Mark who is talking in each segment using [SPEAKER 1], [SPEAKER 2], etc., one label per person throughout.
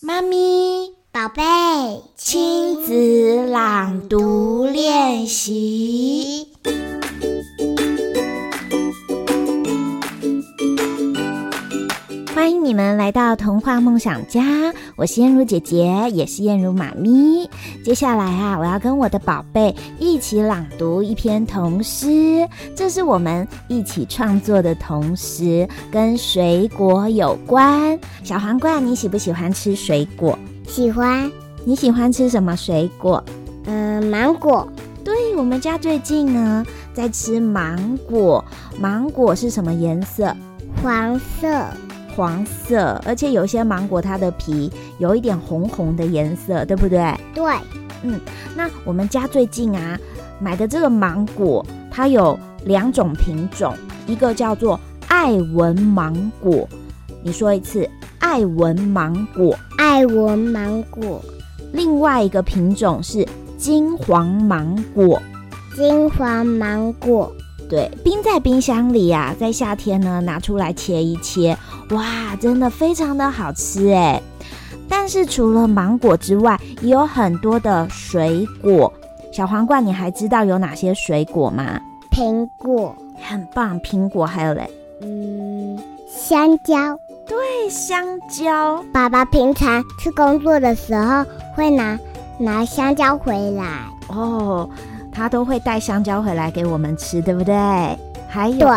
[SPEAKER 1] 妈咪，
[SPEAKER 2] 宝贝，
[SPEAKER 1] 亲子朗读练习。欢迎你们来到童话梦想家，我是燕如姐姐，也是燕如妈咪。接下来啊，我要跟我的宝贝一起朗读一篇童诗，这是我们一起创作的童诗，跟水果有关。小皇冠，你喜不喜欢吃水果？
[SPEAKER 2] 喜欢，
[SPEAKER 1] 你喜欢吃什么水果？
[SPEAKER 2] 嗯、芒果，
[SPEAKER 1] 对我们家最近呢在吃芒果，芒果是什么颜色？
[SPEAKER 2] 黄色，
[SPEAKER 1] 黄色，而且有些芒果它的皮有一点红红的颜色，对不对？
[SPEAKER 2] 对，
[SPEAKER 1] 那我们家最近啊买的这个芒果，它有两种品种，一个叫做爱文芒果，你说一次爱文芒果，
[SPEAKER 2] 爱文芒果，
[SPEAKER 1] 另外一个品种是金黄芒果。
[SPEAKER 2] 金黄芒果，
[SPEAKER 1] 对，冰在冰箱里啊，在夏天呢拿出来切一切，哇，真的非常的好吃哎。但是除了芒果之外，也有很多的水果。小皇冠，你还知道有哪些水果吗？
[SPEAKER 2] 苹果，
[SPEAKER 1] 很棒，苹果，还有嘞，
[SPEAKER 2] 嗯，香蕉。
[SPEAKER 1] 对哎香蕉。
[SPEAKER 2] 爸爸平常去工作的时候会拿拿香蕉回来，
[SPEAKER 1] 哦，他都会带香蕉回来给我们吃，对不对？还有
[SPEAKER 2] 对，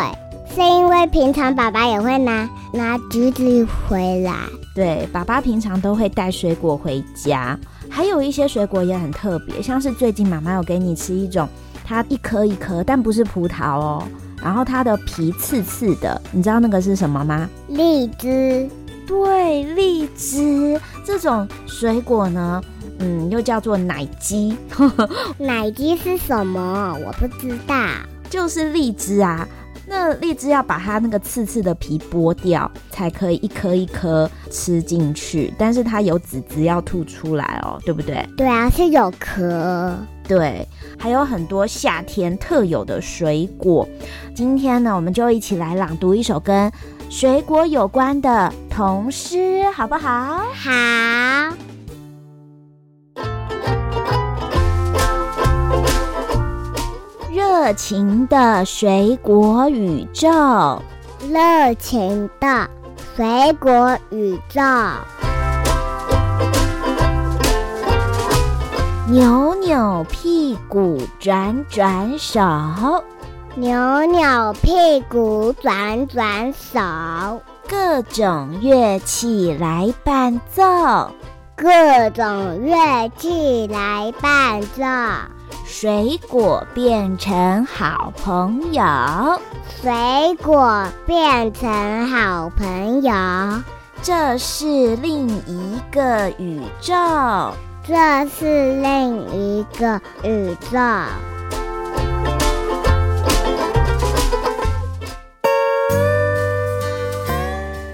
[SPEAKER 2] 是因为平常爸爸也会拿拿橘子回来，
[SPEAKER 1] 对，爸爸平常都会带水果回家，还有一些水果也很特别，像是最近妈妈有给你吃一种，它一颗一颗，但不是葡萄哦，然后它的皮刺刺的，你知道那个是什么吗？
[SPEAKER 2] 荔枝，
[SPEAKER 1] 对，荔枝这种水果呢，嗯，又叫做奶鸡，
[SPEAKER 2] 奶鸡是什么？我不知道。
[SPEAKER 1] 就是荔枝啊。那荔枝要把它那个刺刺的皮剥掉，才可以一颗一颗吃进去。但是它有籽籽要吐出来哦，对不对？
[SPEAKER 2] 对啊，是有壳。
[SPEAKER 1] 对，还有很多夏天特有的水果。今天呢，我们就一起来朗读一首跟水果有关的童诗，好不好？
[SPEAKER 2] 好，
[SPEAKER 1] 热情的水果宇宙。
[SPEAKER 2] 热情的水果宇宙，
[SPEAKER 1] 扭扭屁股，转转手，
[SPEAKER 2] 扭扭屁股，转转手，
[SPEAKER 1] 各种乐器来伴奏，
[SPEAKER 2] 各种乐器来伴奏。
[SPEAKER 1] 水果变成好朋友，
[SPEAKER 2] 水果变成好朋友，
[SPEAKER 1] 这是另一个宇宙。
[SPEAKER 2] 这是另一个宇宙。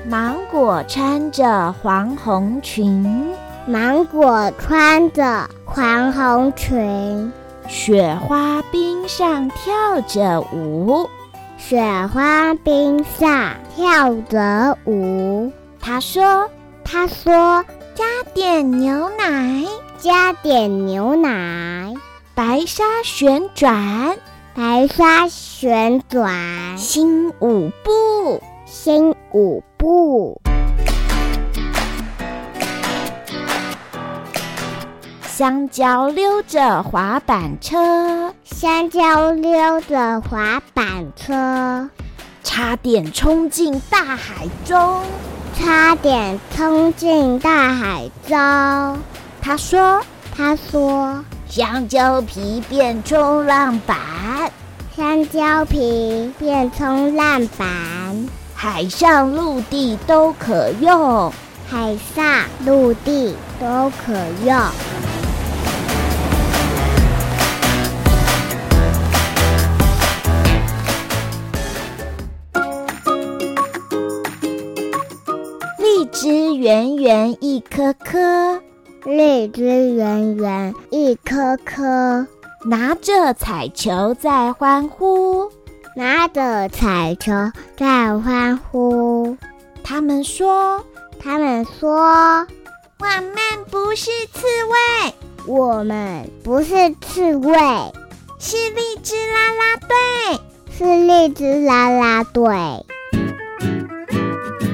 [SPEAKER 1] 芒果穿着黄红裙，
[SPEAKER 2] 芒果穿着黄红裙，
[SPEAKER 1] 雪花冰上跳着舞，
[SPEAKER 2] 雪花冰上跳着舞。
[SPEAKER 1] 他说
[SPEAKER 2] 他说
[SPEAKER 1] 加点牛奶，：“
[SPEAKER 2] 加点牛奶，
[SPEAKER 1] 白沙旋转，
[SPEAKER 2] 白沙旋转，
[SPEAKER 1] 新舞步。
[SPEAKER 2] 新舞步。
[SPEAKER 1] 香蕉溜着滑板车，
[SPEAKER 2] 香蕉溜着滑板车，
[SPEAKER 1] 差点冲进大海中。
[SPEAKER 2] 差点冲进大海中。”
[SPEAKER 1] 他说
[SPEAKER 2] 他说：“
[SPEAKER 1] 香蕉皮变冲浪板，：“
[SPEAKER 2] 香蕉皮变冲浪板，
[SPEAKER 1] 海上、陆地都可用。
[SPEAKER 2] 海上、陆地都可用。
[SPEAKER 1] 荔枝圆圆一颗颗，
[SPEAKER 2] 荔枝圆圆一颗颗，
[SPEAKER 1] 拿着彩球在欢呼。
[SPEAKER 2] 拿着彩球在欢呼。”
[SPEAKER 1] 他们说，
[SPEAKER 2] 他们说
[SPEAKER 1] 我们不是刺猬，
[SPEAKER 2] 我们不是刺猬，
[SPEAKER 1] 是荔枝啦啦队。
[SPEAKER 2] 是荔枝啦啦队。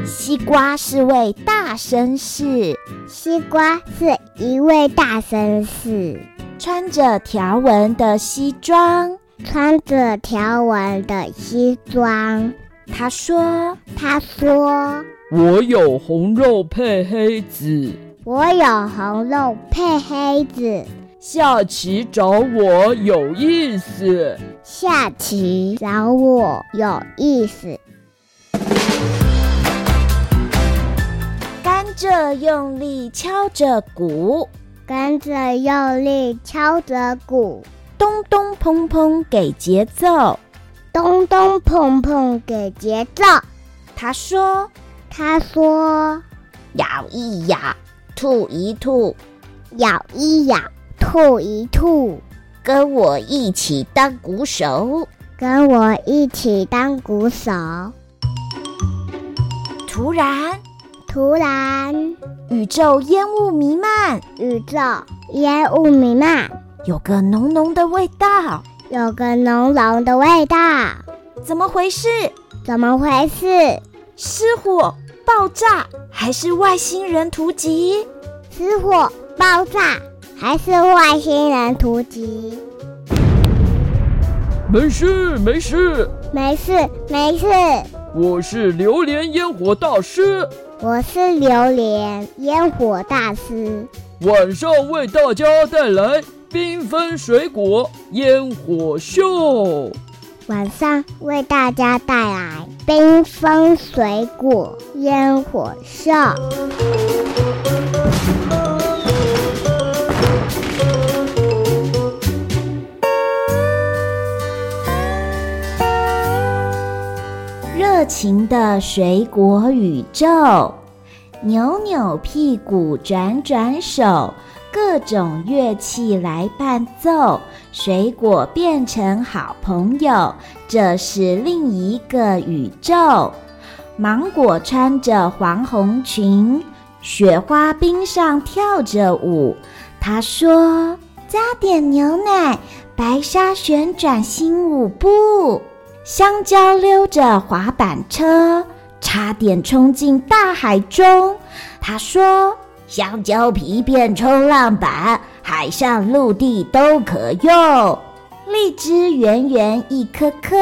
[SPEAKER 1] 西瓜是位大绅士，
[SPEAKER 2] 西瓜是一位大绅士，
[SPEAKER 1] 穿着条纹的西装。
[SPEAKER 2] 穿着条纹的西装。
[SPEAKER 1] 他说
[SPEAKER 2] 他说
[SPEAKER 3] 我有红肉配黑子，：“
[SPEAKER 2] 我有红肉配黑子，
[SPEAKER 3] 下棋找我有意思。
[SPEAKER 2] 下棋找我有意思。
[SPEAKER 1] 甘蔗用力敲着鼓，
[SPEAKER 2] 跟着用力敲着鼓，
[SPEAKER 1] 咚咚砰砰给节奏。
[SPEAKER 2] 咚咚碰碰给节奏。”
[SPEAKER 1] 他说
[SPEAKER 2] 他说
[SPEAKER 1] 咬一咬，吐一吐，：“
[SPEAKER 2] 咬一咬，吐一吐，
[SPEAKER 1] 跟我一起当鼓手。
[SPEAKER 2] 跟我一起当鼓手。”
[SPEAKER 1] 突然，
[SPEAKER 2] 突然，
[SPEAKER 1] 宇宙烟雾弥漫，
[SPEAKER 2] 宇宙烟雾弥漫，
[SPEAKER 1] 有个浓浓的味道，
[SPEAKER 2] 有个浓浓的味道，
[SPEAKER 1] 怎么回事？
[SPEAKER 2] 怎么回事？
[SPEAKER 1] 失火、爆炸，还是外星人突袭？
[SPEAKER 2] 失火、爆炸，还是外星人突袭？
[SPEAKER 3] 没事没事，
[SPEAKER 2] 没事，没事，
[SPEAKER 3] 我是榴莲烟火大师，
[SPEAKER 2] 我是榴莲烟火大师，
[SPEAKER 3] 晚上为大家带来缤纷水果烟火秀。
[SPEAKER 2] 晚上为大家带来缤纷水果烟火秀。
[SPEAKER 1] 热情的水果宇宙，扭扭屁股，转转手，各种乐器来伴奏，水果变成好朋友，这是另一个宇宙。芒果穿着黄红裙，雪花冰上跳着舞。他说：“加点牛奶，白沙旋转新舞步。”香蕉溜着滑板车，差点冲进大海中。他说：“香蕉皮变冲浪板，海上陆地都可用。”荔枝圆圆一颗颗，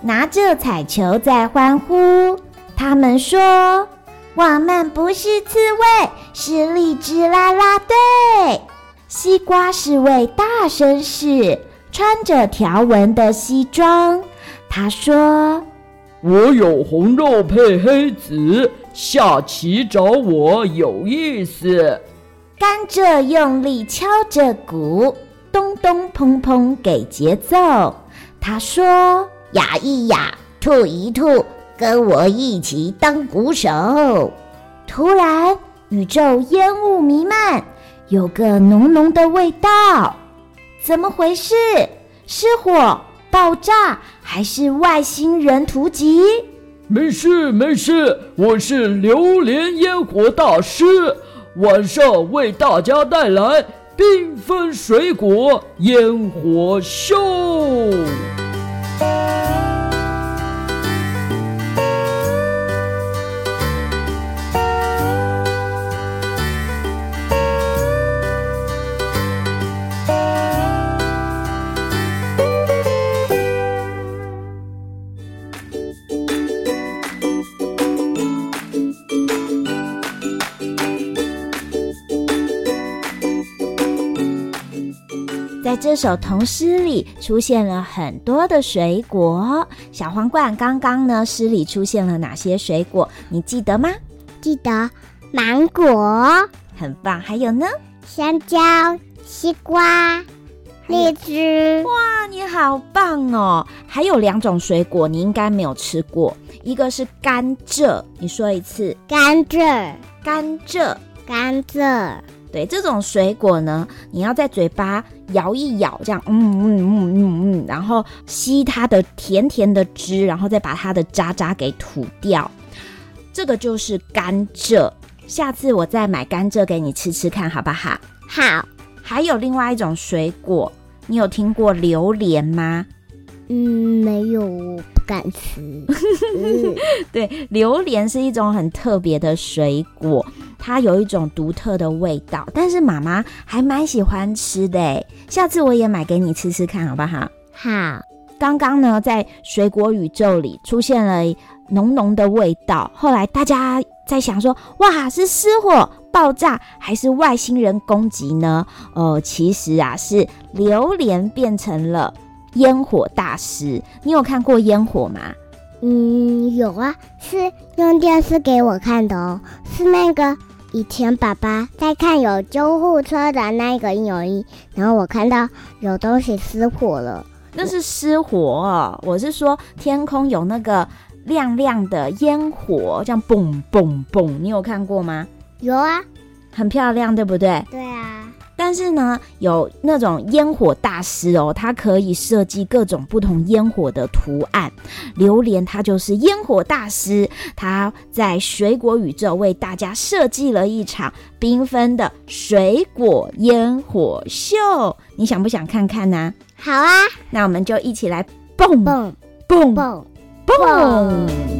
[SPEAKER 1] 拿着彩球在欢呼。他们说：“我们不是刺猬，是荔枝啦啦队。”西瓜是位大绅士，穿着条纹的西装。他说
[SPEAKER 3] 我有红肉配黑子，下棋找我有意思。：“
[SPEAKER 1] 甘蔗用力敲着鼓，咚咚砰砰给节奏。”他说：“咬一咬，吐一吐，跟我一起当鼓手。”突然，宇宙烟雾弥漫，有个浓浓的味道。怎么回事？是火、爆炸，还是外星人突袭？
[SPEAKER 3] 没事没事，我是榴莲烟火大师，晚上为大家带来缤纷水果烟火秀。
[SPEAKER 1] 在这首童诗里出现了很多的水果。小皇冠，刚刚呢诗里出现了哪些水果？你记得吗？
[SPEAKER 2] 记得芒果、
[SPEAKER 1] 很棒。还有呢？
[SPEAKER 2] 香蕉、西瓜、荔枝。
[SPEAKER 1] 哇，啊你好棒哦！还有两种水果你应该没有吃过，一个是甘蔗，你说一次，
[SPEAKER 2] 甘蔗、
[SPEAKER 1] 甘蔗。
[SPEAKER 2] 甘蔗、
[SPEAKER 1] 对这种水果呢，你要在嘴巴摇一摇，这样，嗯嗯嗯嗯嗯，然后吸它的甜甜的汁，然后再把它的渣渣给吐掉。这个就是甘蔗。下次我再买甘蔗给你吃吃看，好不好？
[SPEAKER 2] 好，
[SPEAKER 1] 还有另外一种水果，你有听过榴莲吗？
[SPEAKER 2] 嗯，没有，我不敢吃。嗯
[SPEAKER 1] 对，榴莲是一种很特别的水果，它有一种独特的味道，但是妈妈还蛮喜欢吃的诶。下次我也买给你吃吃看，好不好？
[SPEAKER 2] 好，
[SPEAKER 1] 刚刚呢，在水果宇宙里出现了浓浓的味道，后来大家在想说，哇，是失火、爆炸，还是外星人攻击呢？呃，其实啊，是榴莲变成了烟火大师。你有看过烟火吗？
[SPEAKER 2] 嗯，有啊，是用电视给我看的哦，是那个以前爸爸在看有救护车的那个应有一，然后我看到有东西失火了，
[SPEAKER 1] 那是失火哦、我是说天空有那个亮亮的烟火，这样蹦蹦蹦，你有看过吗？
[SPEAKER 2] 有啊，
[SPEAKER 1] 很漂亮，对不对？
[SPEAKER 2] 对啊，
[SPEAKER 1] 但是呢，有那种烟火大师哦，他可以设计各种不同烟火的图案。榴莲它就是烟火大师，他在水果宇宙为大家设计了一场缤纷的水果烟火秀。你想不想看看呢、
[SPEAKER 2] 好啊，
[SPEAKER 1] 那我们就一起来蹦蹦
[SPEAKER 2] 蹦
[SPEAKER 1] 蹦
[SPEAKER 2] 蹦。
[SPEAKER 1] 蹦